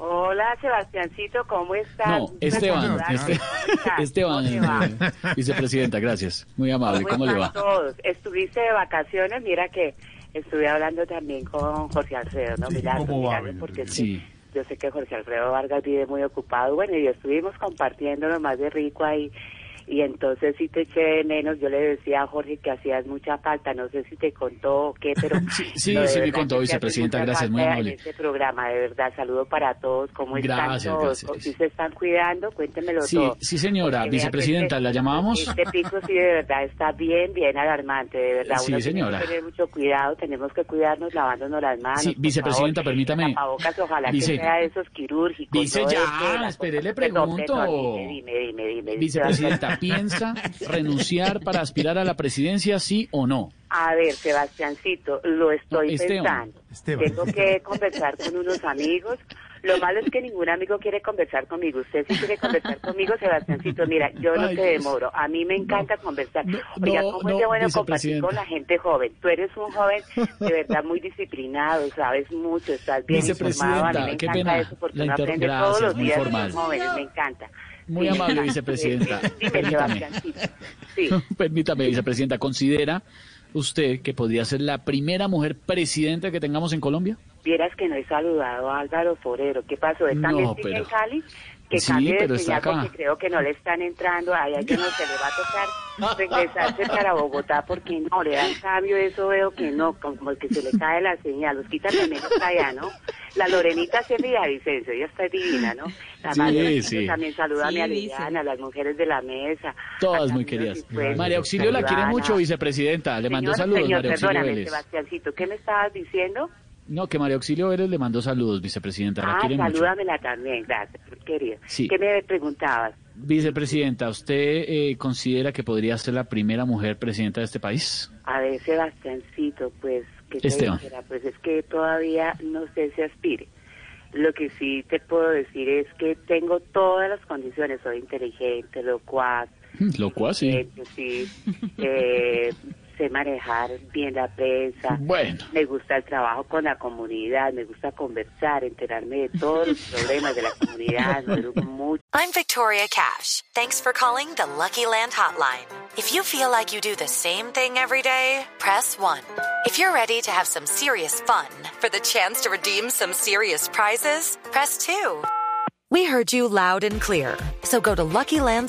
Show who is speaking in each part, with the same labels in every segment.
Speaker 1: Hola, Sebastiancito, ¿cómo estás?
Speaker 2: No, Esteban. Este-
Speaker 1: Ah,
Speaker 2: Esteban, eh, vicepresidenta, gracias. Muy amable, ¿cómo le va?
Speaker 1: todos? Estuviste de vacaciones, mira que estuve hablando también con Jorge Alfredo, ¿no?
Speaker 3: Sí,
Speaker 1: Milagro,
Speaker 3: ¿cómo va?
Speaker 1: Milagro, porque
Speaker 2: Sí.
Speaker 1: sí. Yo sé que Jorge Alfredo Vargas vive muy ocupado, bueno, y estuvimos compartiendo lo más de rico ahí, y entonces sí te eché de menos, yo le decía a Jorge que hacías mucha falta, no sé si te contó o qué, pero...
Speaker 2: sí,
Speaker 1: no, de
Speaker 2: sí me
Speaker 1: verdad
Speaker 2: contó,
Speaker 1: que te hace
Speaker 2: vicepresidenta,
Speaker 1: mucha
Speaker 2: gracias, muy
Speaker 1: falta
Speaker 2: amable.
Speaker 1: En este programa, de verdad, saludo para todos, ¿cómo
Speaker 2: Gracias,
Speaker 1: están todos?
Speaker 2: gracias.
Speaker 1: ¿Sí se están cuidando? Cuéntemelo
Speaker 2: Sí,
Speaker 1: todo.
Speaker 2: sí, señora,
Speaker 1: Porque vea que
Speaker 2: vicepresidenta,
Speaker 1: este-
Speaker 2: ¿la llamábamos?
Speaker 1: Este pico sí de verdad está bien, bien alarmante, de verdad.
Speaker 2: Sí,
Speaker 1: Uno
Speaker 2: señora.
Speaker 1: Tiene que tener mucho cuidado, tenemos que cuidarnos lavándonos las manos.
Speaker 2: Sí,
Speaker 1: por
Speaker 2: vicepresidenta,
Speaker 1: favor.
Speaker 2: permítame.
Speaker 1: Tapabocas, ojalá
Speaker 2: Dice-
Speaker 1: que sea de esos quirúrgicos.
Speaker 2: Dice
Speaker 1: no de
Speaker 2: ya,
Speaker 1: que las
Speaker 2: espere,
Speaker 1: cosas
Speaker 2: le
Speaker 1: que son de-
Speaker 2: pregunto.
Speaker 1: Dime, dime, dime, dime.
Speaker 2: Vicepresidenta, ¿piensa renunciar para aspirar a la presidencia, sí o no?
Speaker 1: A ver, Sebastiancito, lo estoy
Speaker 2: No, Esteban.
Speaker 1: pensando.
Speaker 3: Esteban.
Speaker 1: Tengo que conversar con unos amigos. Lo malo es que ningún amigo quiere conversar conmigo. Usted sí quiere conversar conmigo, Sebastiancito. Mira, yo no
Speaker 2: Ay,
Speaker 1: te
Speaker 2: Dios.
Speaker 1: demoro. A mí me encanta conversar.
Speaker 2: no,
Speaker 1: Oiga,
Speaker 2: no,
Speaker 1: ¿cómo
Speaker 2: no,
Speaker 1: es de bueno compartir
Speaker 2: vicepresidenta.
Speaker 1: con la gente joven? Tú eres un joven de verdad muy disciplinado, sabes mucho, estás bien informado. A mí me
Speaker 2: Vicepresidenta, qué
Speaker 1: encanta
Speaker 2: pena.
Speaker 1: eso porque
Speaker 2: La
Speaker 1: uno
Speaker 2: inter-
Speaker 1: aprende todos
Speaker 2: Gracias,
Speaker 1: los
Speaker 2: muy
Speaker 1: días con
Speaker 2: formal.
Speaker 1: los jóvenes. Me encanta.
Speaker 2: Muy
Speaker 1: Sí,
Speaker 2: amable,
Speaker 1: sí,
Speaker 2: vicepresidenta.
Speaker 1: sí, sí. Dime,
Speaker 2: Permítame.
Speaker 1: Sebastiancito. Sí.
Speaker 2: Permítame, vicepresidenta, ¿considera usted que podría ser la primera mujer presidenta que tengamos en Colombia?
Speaker 1: Vieras que no he saludado a Álvaro Forero. ¿Qué pasó? ¿Él también
Speaker 2: No,
Speaker 1: sigue
Speaker 2: pero-
Speaker 1: en Cali? Que
Speaker 2: Sí,
Speaker 1: cambie de
Speaker 2: pero está
Speaker 1: señal
Speaker 2: acá.
Speaker 1: porque creo que no le están entrando. Ay, ay, que no se le va a tocar regresarse para Bogotá porque no le dan cambio. Eso veo que no, como que se le cae la señal. Los quitan también está allá, ¿no? La Lorenita sí es Villavicencio, ella está divina, ¿no? La
Speaker 2: Sí,
Speaker 1: María,
Speaker 2: sí.
Speaker 1: También saluda a mi
Speaker 4: Sí,
Speaker 1: Adriana, a las mujeres de la mesa. a
Speaker 2: Todas
Speaker 1: Camilo
Speaker 2: muy queridas.
Speaker 1: Cifuentes,
Speaker 2: María Auxilio la quiere
Speaker 1: Ivana.
Speaker 2: mucho, vicepresidenta. Le mandó
Speaker 1: pues, Señor,
Speaker 2: saludos,
Speaker 1: señor,
Speaker 2: María Auxilio
Speaker 1: perdóname,
Speaker 2: Vélez.
Speaker 1: Sebastiancito, ¿qué me estabas diciendo?
Speaker 2: No, que María Auxilio Vélez le mandó saludos, vicepresidenta. La
Speaker 1: Ah,
Speaker 2: quiere mucho.
Speaker 1: salúdamela también, gracias, querido.
Speaker 2: Sí.
Speaker 1: ¿Qué me preguntabas?
Speaker 2: Vicepresidenta, ¿usted eh, considera que podría ser la primera mujer presidenta de este país?
Speaker 1: A ver, Sebastiancito, pues, ¿qué te
Speaker 2: Esteban.
Speaker 1: dijera? Pues es que todavía no sé si aspire. Lo que sí te puedo decir es que tengo todas las condiciones, soy inteligente, locuaz,
Speaker 2: Lo cual sí.
Speaker 1: inteligente, sí, eh, sé manejar bien la prensa,
Speaker 2: Bueno,
Speaker 1: Me gusta el trabajo con la comunidad, me gusta conversar, enterarme de todos los problemas de la comunidad, me educo mucho.
Speaker 5: I'm Victoria Cash. Thanks for calling the Lucky Land Hotline. If you feel like you do the same thing every day, press 1. If you're ready to have some serious fun for the chance to redeem some serious prizes, press 2. We heard you loud and clear. So go to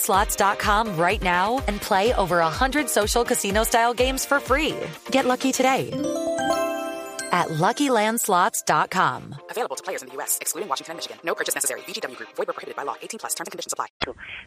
Speaker 5: LuckyLandSlots.com right now and play over 100 social casino style games for free. Get lucky today at LuckyLandSlots.com.
Speaker 6: Available to players in the U.S., excluding Washington and Michigan. No purchase necessary. VGW Group. Void where prohibited by law. 18 plus. Terms and conditions apply.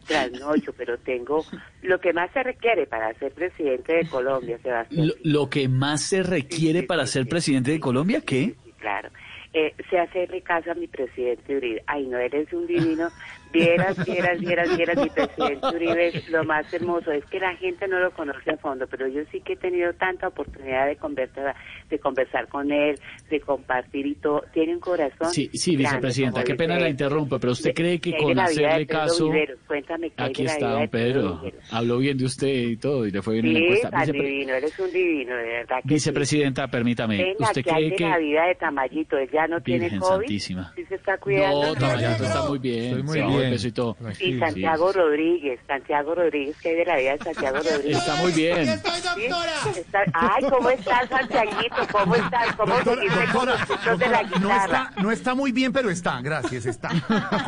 Speaker 1: trasnocho, pero tengo lo que más se requiere para ser presidente de Colombia, Sebastián.
Speaker 2: lo, lo que más se requiere
Speaker 1: sí,
Speaker 2: para
Speaker 1: sí,
Speaker 2: ser
Speaker 1: sí,
Speaker 2: presidente de Colombia, ¿qué?
Speaker 1: Sí, claro. Eh, sé hacerle caso a mi presidente Uribe. Ay, no, eres un divino. Vieras, vieras, vieras, vieras, mi presidente Uribe es lo más hermoso. Es que la gente no lo conoce a fondo, pero yo sí que he tenido tanta oportunidad de conversar, de conversar con él, de compartir y todo. Tiene un corazón.
Speaker 2: Sí, sí,
Speaker 1: grande,
Speaker 2: vicepresidenta,
Speaker 1: como
Speaker 2: qué pena
Speaker 1: dice
Speaker 2: la
Speaker 1: él.
Speaker 2: interrumpa, pero usted
Speaker 1: ¿Qué-
Speaker 2: cree
Speaker 1: qué
Speaker 2: que
Speaker 1: hay de
Speaker 2: con
Speaker 1: la vida de
Speaker 2: hacerle
Speaker 1: Pedro
Speaker 2: caso...
Speaker 1: Viveros? Cuéntame, ¿qué hay
Speaker 2: Aquí
Speaker 1: de la
Speaker 2: está
Speaker 1: vida de
Speaker 2: don Pedro.
Speaker 1: Viveros?
Speaker 2: Habló bien de usted y todo, y le fue bien en la
Speaker 1: Sí,
Speaker 2: encuesta.
Speaker 1: tan
Speaker 2: Vicepre-
Speaker 1: divino, eres un divino, de verdad. que sí.
Speaker 2: vicepresidenta, permítame,
Speaker 1: Venga,
Speaker 2: ¿usted
Speaker 1: que hay
Speaker 2: cree
Speaker 1: de
Speaker 2: que...
Speaker 1: la vida de Tamayito, él ya no tiene
Speaker 2: Virgen
Speaker 1: COVID.
Speaker 2: Santísima.
Speaker 1: Sí se está cuidando.
Speaker 2: No, Tamayito
Speaker 3: no,
Speaker 2: está
Speaker 3: no.
Speaker 2: muy bien.
Speaker 3: Estoy muy
Speaker 2: se bajó el
Speaker 3: bien.
Speaker 2: peso y todo.
Speaker 1: Y
Speaker 3: Tranquilo.
Speaker 1: Santiago Rodríguez, Santiago Rodríguez, que hay de la vida de Santiago Rodríguez.
Speaker 2: Está muy bien.
Speaker 3: estoy,
Speaker 1: Sí, está- Ay, ¿cómo estás, Santiaguito? ¿Cómo estás? ¿Cómo
Speaker 3: Doctora,
Speaker 1: te hiciste con
Speaker 3: doctora,
Speaker 1: los chicos de la
Speaker 3: doctora, no,
Speaker 1: guitarra?
Speaker 3: está, no está muy bien, pero está. Gracias, está.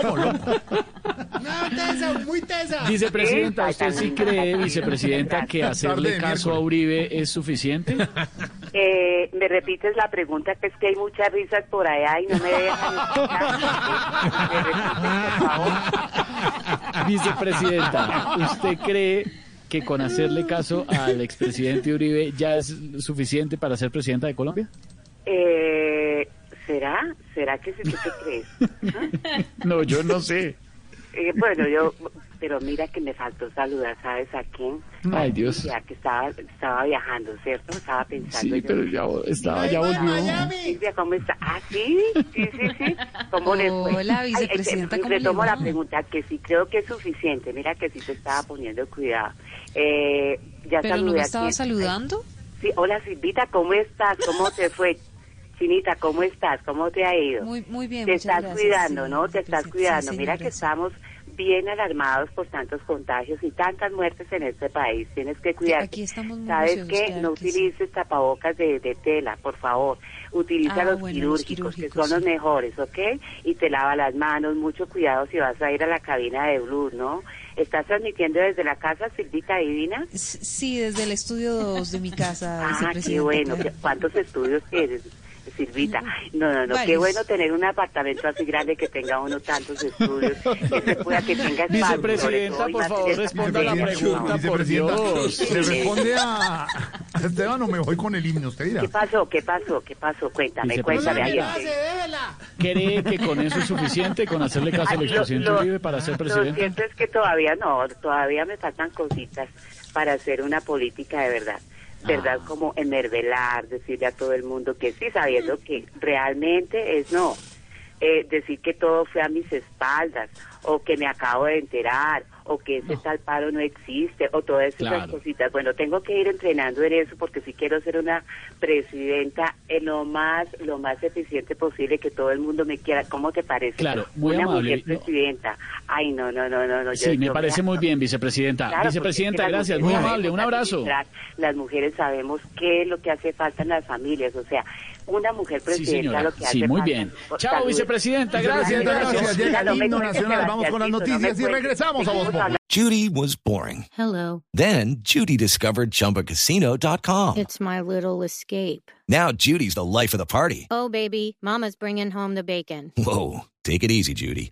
Speaker 3: Como loco. muy tesa.
Speaker 2: Vicepresidenta, ¿usted sí cree, vicepresidenta, que hacerle
Speaker 3: Tarde de
Speaker 2: caso a Uribe es suficiente?
Speaker 1: Eh, me repites la pregunta, que es que hay muchas risas por allá y no me dejan escuchar. ¿Me repites, por favor?
Speaker 2: Vicepresidenta, ¿usted cree que con hacerle caso al expresidente Uribe ya es suficiente para ser presidenta de Colombia?
Speaker 1: Eh, ¿Será? ¿Será que si tú te crees?
Speaker 2: No, yo no sé.
Speaker 1: Eh, bueno, yo, pero mira que me faltó saludar, ¿sabes a quién?
Speaker 2: Ay, Dios.
Speaker 1: Ya que estaba, estaba viajando, ¿cierto? Estaba pensando.
Speaker 2: Sí,
Speaker 1: yo,
Speaker 2: pero ya, estaba, ya volvió.
Speaker 1: Silvia, ¿cómo está? Ah, sí, sí, sí, sí. ¿Cómo le fue?
Speaker 4: Hola,
Speaker 1: Ay,
Speaker 4: vicepresidenta,
Speaker 1: eh,
Speaker 4: ¿cómo le
Speaker 1: retomo
Speaker 4: va?
Speaker 1: la pregunta, que sí creo que es suficiente. Mira que sí te estaba poniendo cuidado. Eh, ya
Speaker 4: Pero no
Speaker 1: saludé
Speaker 4: me
Speaker 1: a
Speaker 4: estaba
Speaker 1: quién.
Speaker 4: saludando.
Speaker 1: Sí, hola Silvita, ¿cómo estás? ¿Cómo te fue? Chinita, ¿cómo estás? ¿Cómo te ha ido?
Speaker 4: Muy- muy bien,
Speaker 1: Te
Speaker 4: muchas
Speaker 1: estás
Speaker 4: gracias,
Speaker 1: cuidando,
Speaker 4: sí,
Speaker 1: ¿no? Te estás
Speaker 4: gracias.
Speaker 1: cuidando. Mira
Speaker 4: Sí, señor,
Speaker 1: que
Speaker 4: gracias.
Speaker 1: estamos bien alarmados por tantos contagios y tantas muertes en este país. Tienes que cuidarte.
Speaker 4: Aquí estamos muy
Speaker 1: ¿Sabes
Speaker 4: juiciosos,
Speaker 1: qué?
Speaker 4: claro
Speaker 1: no
Speaker 4: que sí.
Speaker 1: utilices tapabocas de, de tela, por favor. Utiliza
Speaker 4: Ah,
Speaker 1: los,
Speaker 4: bueno, los
Speaker 1: quirúrgicos, que
Speaker 4: quirúrgicos,
Speaker 1: son los
Speaker 4: sí.
Speaker 1: mejores, ¿ok? Y te lava las manos. Mucho cuidado si vas a ir a la cabina de Blue, ¿no? ¿Estás transmitiendo desde la casa, Silvita Divina?
Speaker 4: S- Sí, desde el estudio 2 de mi casa,
Speaker 1: Ah,
Speaker 4: vicepresidenta.
Speaker 1: qué bueno.
Speaker 4: claro.
Speaker 1: qué- ¿Cuántos estudios tienes, Silvita? No, no, no. Qué
Speaker 4: Varios.
Speaker 1: bueno tener un apartamento así grande que tenga uno tantos estudios. Que se pueda que tenga espacio, sobre
Speaker 2: Vicepresidenta,
Speaker 1: todo, y
Speaker 2: por
Speaker 1: más en
Speaker 2: favor,
Speaker 1: esta
Speaker 2: responda la
Speaker 1: pandemia.
Speaker 2: pregunta, por
Speaker 3: Vicepresidenta,
Speaker 2: Dios.
Speaker 3: ¿Le responde a Esteban o me voy con el himno? Usted dirá.
Speaker 1: ¿Qué pasó? ¿Qué pasó? ¿Qué pasó? Cuéntame, cuéntame. Ahí
Speaker 2: Vicepresidenta.
Speaker 1: estoy.
Speaker 2: ¿Cree que con eso es suficiente, con hacerle caso al
Speaker 1: Ay,
Speaker 2: expresidente
Speaker 1: lo- lo-
Speaker 2: Uribe para ser
Speaker 1: Lo
Speaker 2: presidente?
Speaker 1: cierto es que todavía no, todavía me faltan cositas para hacer una política de verdad. ¿Verdad?
Speaker 2: Ah.
Speaker 1: Como enmervelar, decirle a todo el mundo que sí,
Speaker 2: Mm.
Speaker 1: sabiendo que realmente es no. Eh, decir que todo fue a mis espaldas, o que me acabo de enterar, o que ese tal paro no existe, o todas esas
Speaker 2: Claro.
Speaker 1: cositas. Bueno, tengo que ir entrenando en eso porque sí quiero ser una presidenta eh, lo más lo más eficiente posible, que todo el mundo me quiera. ¿Cómo te parece?
Speaker 2: Claro, muy
Speaker 1: una
Speaker 2: amable.
Speaker 1: mujer presidenta. Ay, no, no, no, no. no yo-
Speaker 2: Sí, me
Speaker 1: yo
Speaker 2: parece muy bien, vicepresidenta.
Speaker 1: Claro,
Speaker 2: vicepresidenta,
Speaker 1: porque es que
Speaker 2: gracias,
Speaker 1: las
Speaker 2: muy
Speaker 1: mujeres
Speaker 2: amable, un
Speaker 1: sabemos
Speaker 2: abrazo.
Speaker 1: administrar, Las mujeres sabemos qué es lo que hace falta en las familias, o sea, una mujer
Speaker 2: Sí,
Speaker 1: presidenta
Speaker 2: señora.
Speaker 1: lo que hace
Speaker 2: Sí, muy
Speaker 1: falta.
Speaker 2: bien.
Speaker 1: Por
Speaker 2: Chao,
Speaker 1: salud.
Speaker 2: vicepresidenta, gracias,
Speaker 3: Vicepresidenta,
Speaker 2: gracias.
Speaker 3: gracias. Llega el
Speaker 1: No me
Speaker 3: himno
Speaker 1: cuentes,
Speaker 3: nacional. Vamos con las
Speaker 1: Sebastiáncito, no me
Speaker 3: noticias y
Speaker 1: cuentes.
Speaker 3: regresamos a Voz
Speaker 1: Seguimos
Speaker 3: Populi.
Speaker 7: Judy was boring.
Speaker 8: Hello,
Speaker 7: Then Judy discovered ChumbaCasino.com.
Speaker 8: it's my little escape.
Speaker 7: Now Judy's the life of the party.
Speaker 8: Oh, baby, Mama's bringing home the bacon.
Speaker 7: Whoa, take it easy, Judy.